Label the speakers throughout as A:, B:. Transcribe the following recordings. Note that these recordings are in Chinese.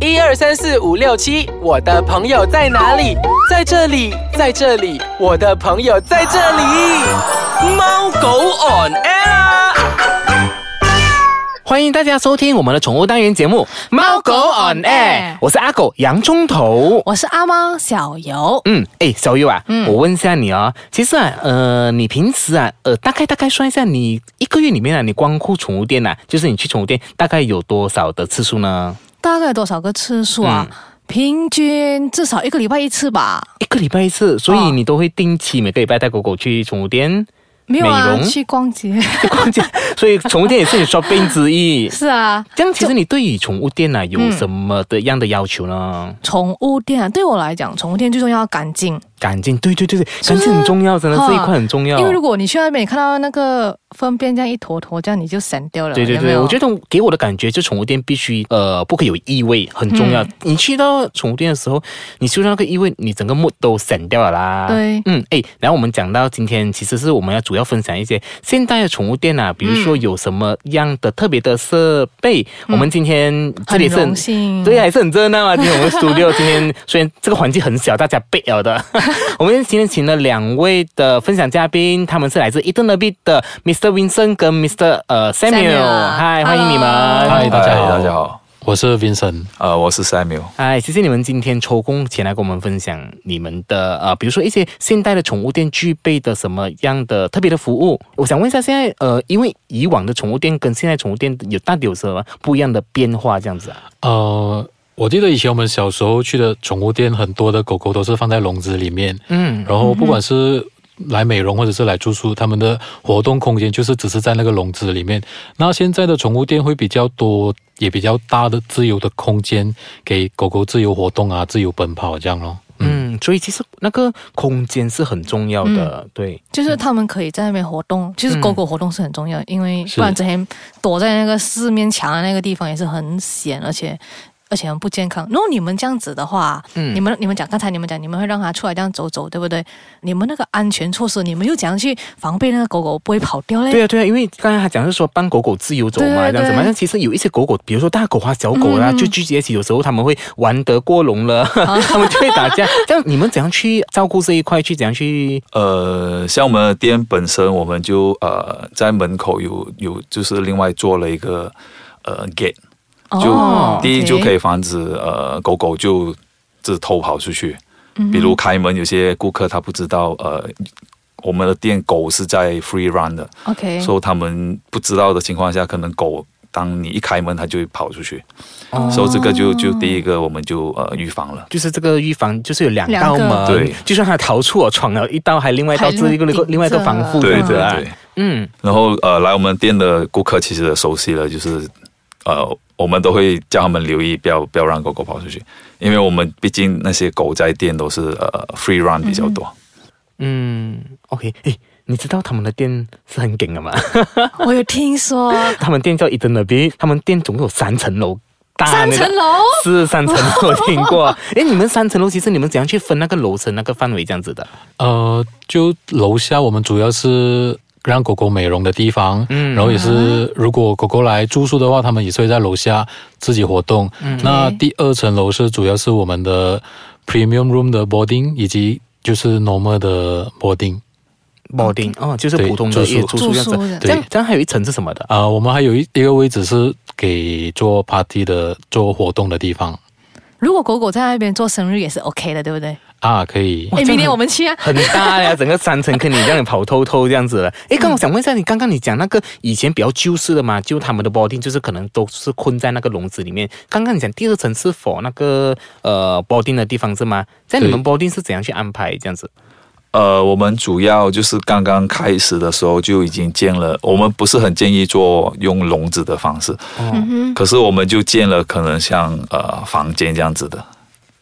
A: 一二三四五六七，我的朋友在哪里？在这里，在这里，我的朋友在这里。
B: 猫狗 on air 啊！
C: 欢迎大家收听我们的宠物单元节目《猫狗 on air》，我是阿狗洋葱头。
D: 我是阿猫小游，
C: 嗯，哎，小优啊，
D: 嗯
C: 我问一下你哦，其实啊，呃，你平时啊，呃，大概大概算一下，你一个月里面啊，你光顾宠物店啊，就是你去宠物店大概有多少的次数呢？
D: 大概有多少个次数啊？
C: 嗯
D: 平均至少一个礼拜一次吧。
C: 一个礼拜一次，所以
D: 哦
C: 你都会定期每个礼拜带狗狗去宠物店
D: 没有
C: 美
D: 啊，
C: 容
D: 去逛街
C: 逛 街，所以宠物店也是你 shopping 之一。
D: 是啊。
C: 这样，其实你对于宠物店啊有什么的样的要求呢？
D: 宠物店啊，对我来讲，宠物店最重要干净，
C: 干净，对对对对，
D: 是
C: 干
D: 不是
C: 净很重要，真的
D: 哈
C: 这一块很重要。
D: 因为如果你去那边你看到那个粪便这样一坨坨，这样你就散掉了。
C: 对对
D: 有没
C: 对，
D: 有
C: 我觉得给我的感觉，就宠物店必须呃不可以有异味，很重
D: 嗯
C: 要。你去到宠物店的时候，你嗅到那个异味，你整个 mood 都散掉了啦。
D: 对
C: 嗯，哎，然后我们讲到今天，其实是我们要主要分享一些现代的宠物店啊，比如
D: 嗯
C: 说有什么样的特别的设备。我们今天这里是
D: 很荣幸
C: 对啊，也是很热闹啊。今天我们 studio 今天虽然这个环境很小，大家备了 的。我们今天请了两位的分享嘉宾，他们是来自 Eden l a b i 的 Mr. Vincent 跟 Mr. 呃 Samuel。
D: Samuel
C: 嗨，欢迎你们！
D: Hello 嗨
E: 大家好，大家。好，
F: 我是 Vincent，
E: 呃，我是 Samuel。
C: 哎，谢谢你们今天抽空前来跟我们分享你们的呃，比如说一些现代的宠物店具备的什么样的特别的服务。我想问一下，现在呃，因为以往的宠物店跟现在宠物店有到底有什么不一样的变化？这样子啊？
F: 呃，我记得以前我们小时候去的宠物店，很多的狗狗都是放在笼子里面，
C: 嗯，
F: 然后不管是来美容或者是来住宿，他们的活动空间就是只是在那个笼子里面。那现在的宠物店会比较多，也比较大的自由的空间，给狗狗自由活动啊，自由奔跑这样咯。
C: 嗯，所以其实那个空间是很重要
D: 嗯
C: 的，对。
D: 就是他们可以在那边活动，其实
C: 嗯
D: 狗狗活动是很重要的，因为
F: 是
D: 不然整天躲在那个四面墙的那个地方也是很险，而且而且很不健康。如果你们这样子的话，
C: 嗯
D: 你们你们讲刚才你们讲你们会让它出来这样走走，对不对？你们那个安全措施，你们又怎样去防备那个狗狗不会跑掉嘞？
C: 对啊，对啊，因为刚才他讲是说帮狗狗自由走嘛，
D: 对对啊
C: 这样子嘛。
D: 对
C: 但其实有一些狗狗，比如说大狗啊、小狗啦、
D: 嗯嗯啊
C: 就聚集在一起，有时候他们会玩得过笼了， 他们就会打架。这样你们怎样去照顾这一块？去怎样去？
E: 呃，像我们的店本身，我们就呃在门口有有就是另外做了一个呃 gate，就、
D: 哦
E: 第一
D: OK
E: 就可以防止呃狗狗就自偷跑出去。
D: 嗯哼
E: 比如开门，有些顾客他不知道呃我们的店狗是在 free run 的，
D: OK，
E: 所以他们不知道的情况下，可能狗当你一开门，它就会跑出去。所以这个就就第一个我们就呃预防了。
C: 就是这个预防，就是有两道
D: 两个
C: 门，
E: 对
C: 就算它逃出我闯了一道，还另外一道
D: 还
C: 是一个
D: 另外
C: 另外一个防护，
D: 顶
E: 对
C: 这
D: 着
C: 样子
E: 对
C: 啊
E: 对。
C: 嗯，
E: 然后呃，来我们店的顾客其实也熟悉了，就是呃，我们都会叫他们留意，不要不要让狗狗跑出去，因为我们毕竟那些狗在店都是呃 free run 比较多。
C: 嗯，OK，诶，你知道他们的店是很顶的吗？
D: 我有听说
C: 他们店叫 Eden l b 他们店总共有三层楼大那
D: 三
C: 个，
D: 层楼。
C: 是三层楼，我听 过。哎，你们三层楼，其实你们怎样去分那个楼层、那个范围这样子的？
F: 呃，就楼下我们主要是让狗狗美容的地方，嗯，然后也是如果狗狗来住宿的话，他们也是会在楼下自己活动。嗯，那第二层楼是主要是我们的 premium room 的 boarding 以及就是 normal 的 boarding。
C: boarding 哦，就是
F: 对
C: 普通的
F: 住宿
C: 业住宿样
D: 住宿
C: 子
D: 的。
C: 这样
F: 对
C: 这样还有一层是什么的？
F: 啊、我们还有一一个位置是给做 party 的、做活动的地方
D: 如果狗狗在那边做生日也是 OK 的，对不对？
F: 啊，可以。
D: 哎，
C: 这样
D: 明天
C: 很
D: 我们去啊。
C: 很大呀，整个三层坑，你让你跑偷偷这样子了。哎，刚我想问一下，你刚刚你讲那个以前比较旧式的嘛，就他们的 boarding 就是可能都是困在那个笼子里面。刚刚你讲第二层是否那个呃 boarding 的地方是吗？在你们 boarding 是怎样去安排这样子？
E: 呃，我们主要就是刚刚开始的时候就已经建了，我们不是很建议做用笼子的方式，
C: 哦，
E: 可是我们就建了可能像呃房间这样子的，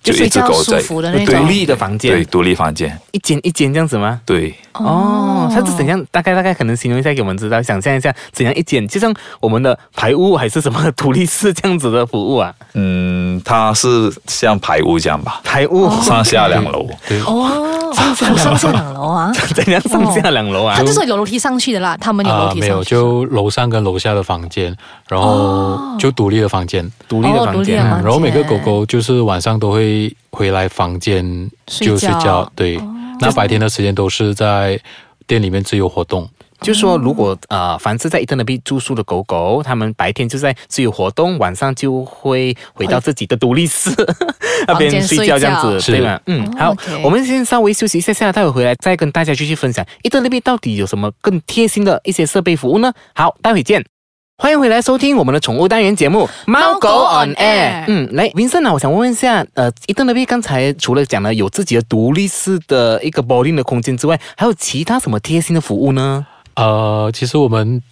D: 就
E: 一只狗在
D: 睡觉舒服的那种
C: 独立的房
E: 对
C: 间，
E: 独立房间，
C: 一间一间这样子吗？
E: 对。
C: 哦，它是怎样？大概大概可能形容一下给我们知道，想象一下怎样一间，就像我们的排屋还是什么独立式这样子的服务啊？
E: 嗯，它是像排屋这样吧，
C: 排屋
E: 上下两楼。
F: 对，
D: 哦，上上下两楼啊，
C: 怎样上下两楼啊
D: 它？就是有楼梯上去的啦，他们有楼
F: 啊、
D: 梯
F: 没
D: 上
F: 有，
D: 去。
F: 就楼上跟楼下的房间，然
D: 哦
F: 后就独立的房间，
C: 独立的
D: 哦独
C: 房
D: 立的
C: 间啊
D: 房，
F: 然后每个
D: 间
F: 狗狗就是晚上都会回来房间
D: 睡
F: 就睡
D: 觉哦
F: 觉，对，那白天的时间都是在店里面自由活动。
C: 就说如果
D: 哦
C: 呃，凡是在伊顿的 B 住宿的狗狗，它们白天就在自由活动，晚上就会回到自己的独立 室 那边睡觉这样
D: 房间
C: 子，
F: 睡
C: 对
F: 觉
C: 吗？嗯，
D: 哦
C: 好
D: OK
C: 我们先稍微休息一下下，待会回来再跟大家继续分享伊顿那边到底有什么更贴心的一些设备服务呢？好，待会见。欢迎回来收听我们的宠物单元节目《猫狗 on air
D: on air》。
C: 嗯，来，云生啊，我想问一下，呃，伊顿那边刚才除了讲了有自己的独立式的一个 boarding 的空间之外，还有其他什么贴心的服务呢？
F: 呃，其实我们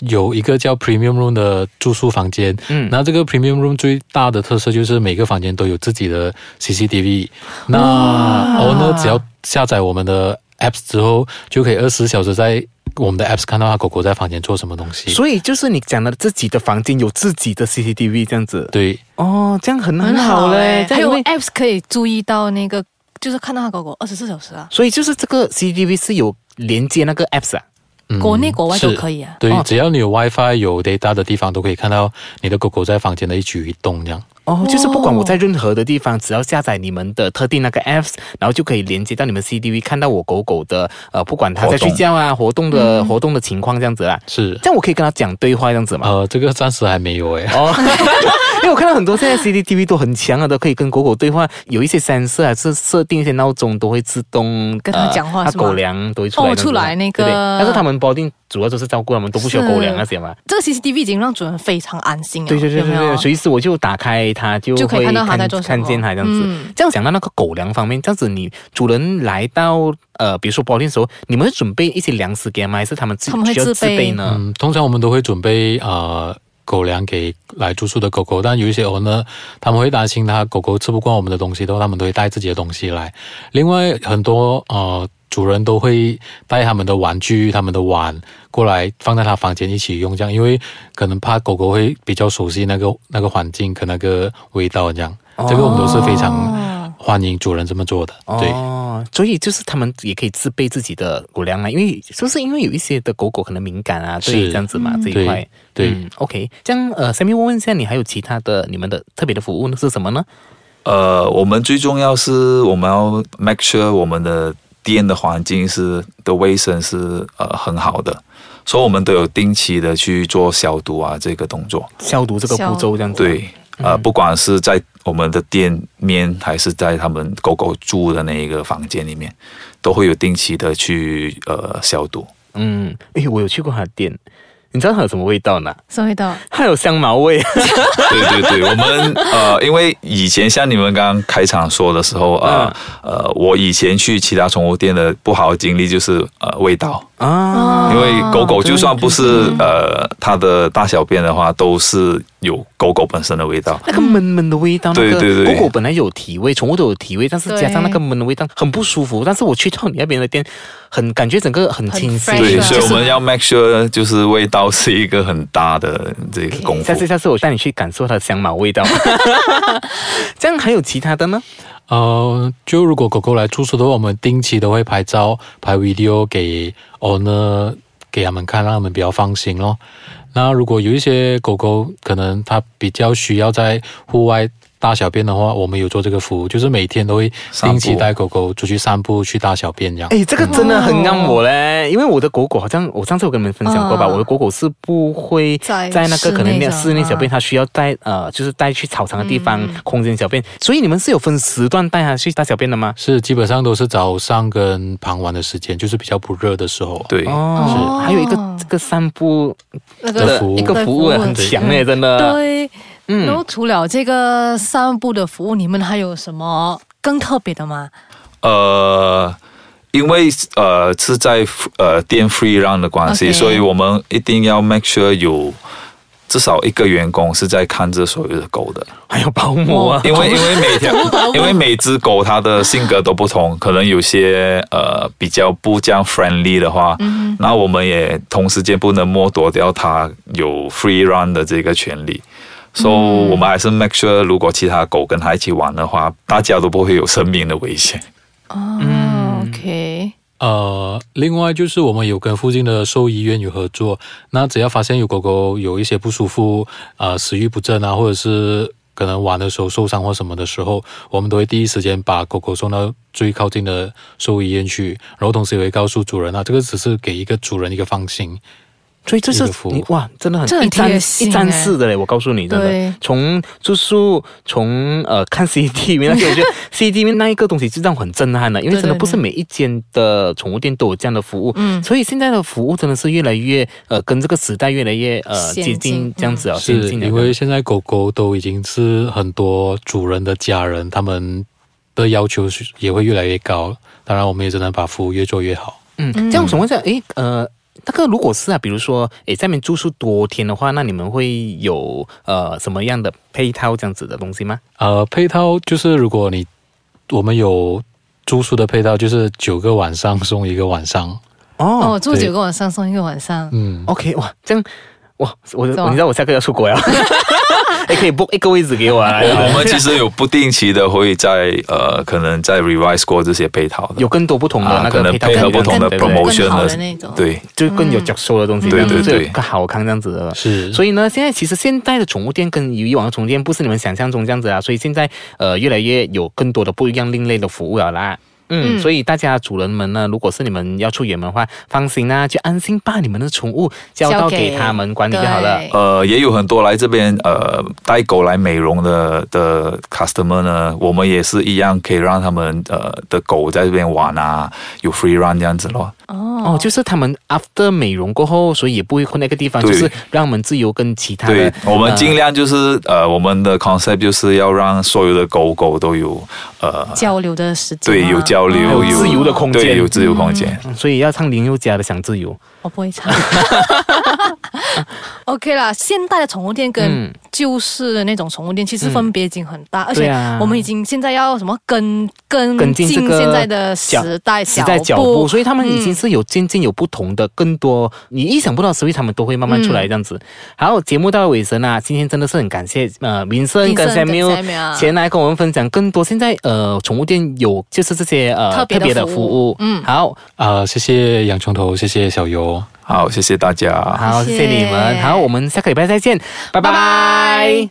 F: 有一个叫 Premium Room 的住宿房间，
C: 嗯
F: 那这个 Premium Room 最大的特色就是每个房间都有自己的 CCTV，那 owner 只要下载我们的 apps 之后，就可以二十四小时在我们的 apps 看到他狗狗在房间做什么东西。
C: 所以就是你讲的自己的房间有自己的 CCTV 这样子。
F: 对，
C: 哦，这样很
D: 很
C: 好欸
D: 好嘞，
C: 这
D: 还
C: 样因为
D: 有 apps 可以注意到那个，就是看到它狗狗二十四小时啊，
C: 所以就是这个 CCTV 是有连接那个 apps 啊。
F: 嗯
D: 国内国外都可
F: 以。
D: 以啊。
F: 对
C: 哦，
F: 只要你有 WiFi 有 data 的地方，都可以看到你的狗狗在房间的一举一动这样。
C: 哦，就是不管
D: 哦
C: 我在任何的地方，只要下载你们的特定那个 apps，然后就可以连接到你们 CCTV，看到我狗狗的呃，不管它在
E: 活动
C: 睡觉啊、活动的、活动的情况这样子啊。
F: 是，
C: 这样我可以跟它讲对话这样子嘛？
F: 呃，这个暂时还没有诶。
C: 哦， 因为我看到很多现在 CCTV 都很强啊，都可以跟狗狗对话，有一些 sensor 啊，是设定一些闹钟都会自动呃
D: 跟它讲话
C: 它
D: 是吗
C: 狗粮都会出来这
D: 哦
C: 样子的，
D: 出来那个
C: 对不对但是他们 boarding 主要就是照顾他们，都不需要
D: 是
C: 狗粮那些嘛。
D: 这个 CCTV 已经让主人非常安心了，
C: 对对对
D: 有
C: 对
D: 没有
C: 对，？随时我就打开它，就
D: 就可
C: 会
D: 以看到它
C: 看
D: 在做什么
C: 看见它这样子。
D: 嗯
C: 这样讲到那个狗粮方面，这样子你主人来到呃，比如说 boarding 的时候，你们会准备一些粮食给他们，还是他们自
D: 他们会
C: 需要
D: 自
C: 自
D: 备
C: 备呢？
F: 嗯，通常我们都会准备呃狗粮给来住宿的狗狗，但有一些狗呢，他们会担心它狗狗吃不惯我们的东西的话，他们都会带自己的东西来。另外，很多呃主人都会带他们的玩具、他们的碗过来放在他房间一起用，这样，因为可能怕狗狗会比较熟悉那个那个环境跟那个味道这样。这个我们都是非
D: 哦
F: 常欢迎主人这么做的，对。
C: 哦，所以就是他们也可以自备自己的狗粮啊，因为是不是因为有一些的狗狗可能敏感啊，
F: 是
C: 对这样子嘛、这一块。
F: 对对
C: 嗯、，OK，这样呃，Sammy 问一下，你还有其他的你们的特别的服务呢是什么呢？
E: 呃，我们最重要是我们要 make sure 我们的店的环境是的卫生是呃很好的，所以我们都有定期的去做消毒啊这个动作。
C: 消毒这个步骤这样子。，
E: 对，呃，不管是在我们的店面，还是在他们狗狗住的那一个房间里面，都会有定期的去呃消毒。
C: 嗯，诶，我有去过他的店，你知道它有什么味道呢？
D: 什么味道？
C: 它有香茅味。
E: 对对对，我们呃，因为以前像你们刚刚开场说的时候，呃、
D: 嗯
E: 呃，我以前去其他宠物店的不好的经历就是呃味道，
C: 啊，
D: 哦
E: 因为狗狗就算不是呃它的大小便的话，都是有狗狗本身的味道。
C: 那个闷闷的味道，
E: 对
C: 那个
E: 对对
C: 狗狗本来有体味，宠物都有体味，但是
D: 对
C: 加上那个闷的味道很不舒服。但是我去到你那边的店，很感觉整个很
D: 很
C: 清新，
D: fresh
E: 对，
D: 啊
E: 所以
D: 就
E: 我
D: 是
E: 们要 make sure 就是味道是一个很大的这个功夫
C: 下。次下次我带你去感受它的香茅味道。这样还有其他的呢？
F: 呃，就如果狗狗来住宿的话，我们定期都会拍照、拍 video 给 owner 给他们看，让他们比较放心咯。那如果有一些狗狗可能它比较需要在户外大小便的话，我们有做这个服务，就是每天都会
E: 散步
F: 定期带狗狗出去散步、去大小便这样。
C: 哎，这个真的很让我嘞，哦因为我的狗狗好像我上次有跟你们分享过吧，
D: 嗯
C: 我的狗狗是不会
D: 在
C: 在那个可能
D: 室内的
C: 室内小嗯便，
D: 嗯
C: 它需要带呃，就是带去草场的地方空间小便，所以你们是有分时段带它去大小便的吗？
F: 是基本上都是早上跟傍晚的时间，就是比较不热的时候。啊
E: 对，
C: 哦，
D: 是
C: 还有一个这个散步
D: 那
F: 的
D: 个
F: 服务
C: 一个服务很强哎，真的。
D: 啊对，然后除了这个散步的服务，你们还有什么更特别的吗？
E: 呃，因为呃是在呃电 free run 的关系
D: OK
E: 所以我们一定要 make sure 有至少一个员工是在看着所有的狗的，
C: 还有保姆啊，
E: 因为因为每条因为每只狗它的性格都不同，可能有些呃比较不这样 friendly 的话，那我们也同时间不能剥夺掉它有 free run 的这个权利。所、so, 以我们还是 make sure，如果其他狗跟它一起玩的话，大家都不会有生命的危险。
D: 嗯
F: 呃，另外就是我们有跟附近的兽医院有合作，那只要发现有狗狗有一些不舒服，呃，食欲不振啊，或者是可能玩的时候受伤或什么的时候，我们都会第一时间把狗狗送到最靠近的兽医院去，然后同时也会告诉主人啊，这个只是给一个主人一个放心。
C: 所以这是
F: 一个服务
C: 你哇，真的很
D: 这很
C: 一站
D: 贴心
C: 一站
D: 欸
C: 式的嘞，我告诉你，真
D: 对
C: 的，从住宿，从呃看 CCTV 那些，我觉得 CCTV 那一个东西就让我很震撼的，因为
D: 对对
C: 真的不是
D: 对
C: 每一间的宠物店都有这样的服务，
D: 嗯
C: 所以现在的服务真的是越来越呃跟这个时代越来越呃
D: 先
C: 接近
D: 进嗯
C: 这样子啊，先
F: 是
C: 进的
F: 因为现在狗狗都已经是很多主人的家人，他们的要求是也会越来越高。当然，我们也只能把服务越做越好。
C: 嗯，这样我想问一下，诶，呃，那个如果是啊，比如说，诶，在那边住宿多天的话，那你们会有呃什么样的配套这样子的东西吗？
F: 呃，配套就是如果你我们有住宿的配套，就是九个晚上送一个晚上。
C: 哦
D: 哦，住
F: 对
D: 九个晚上送一个晚上，
F: 嗯，
C: o k 哇，这样。哇，我
D: 怎么
C: 我你知道我下个要出国呀， 诶，可以 book 一个位置给我 啊，
E: 我们其实有不定期的会在呃，可能在 revise 过这些配套的
C: 有，更多不同的
E: 啊
C: 那
E: 可
C: 个
E: 能
C: 配套这
E: 配合
C: 样子，
E: 不同的
C: 对不对
E: promotion
D: 更好
E: Emotional
D: 的那种，
E: 对，
C: 就更有着收的东西，
E: 对
C: 让
E: 对
C: 这个
E: 对
C: 更好看这样子的。
F: 是
C: 所以呢，现在其实现代的宠物店跟以往的宠物店不是你们想象中这样子啊，所以现在呃越来越有更多的不一样另类的服务了啦。嗯，
D: 嗯
C: 所以大家主人们呢，如果是你们要出远门的话，放心啦、就安心把你们的宠物交到给他们管理就好了。
D: 对
E: 呃，也有很多来这边呃带狗来美容的的 customer 呢，我们也是一样可以让他们呃的狗在这边玩啊，有 free run 这样子咯。
D: 哦
C: 哦，就是他们 after 美容过后，所以也不会混那个地方，就
E: 对
C: 是让我们自由跟其他的
E: 对。，我们尽
C: 呃
E: 量就是呃，我们的 concept 就是要让所有的狗狗都有呃，
D: 交流的时间
E: 对，
D: 啊，
E: 有交流，
C: 嗯有
E: 有
C: 自由的空间
E: 对，有自由空间。
C: 嗯所以要唱林宥嘉的《想自由》。
D: 我不会唱。OK 啦，现代的宠物店跟
C: 嗯
D: 旧式的那种宠物店其实分别已经很大，而
C: 对
D: 且
C: 啊
D: 我们已经现在要什么跟跟
C: 跟
D: 进
C: 进这个
D: 现在的时代
C: 时代脚步，
D: 步，
C: 所以他们已经
D: 嗯
C: 是有渐渐有不同的更多你意想不到的词汇，他们都会慢慢出来这样子。
D: 嗯
C: 好，节目到了尾声啊，今天真的是很感谢呃民生跟
D: Vincent 啊跟
C: Samuel
D: Samuel
C: 前来跟我们分享更多现在呃宠物店有就是这些呃
D: 特别的
C: 的
D: 服
C: 服
D: 务
C: 务。
D: 嗯
C: 好，
F: 啊、谢谢洋葱头，谢谢小游。
E: 好，谢谢大家。
C: 好，
D: 谢
C: 谢
D: 谢
C: 谢你们。好，我们下个礼拜再见，拜
D: 拜拜
C: 拜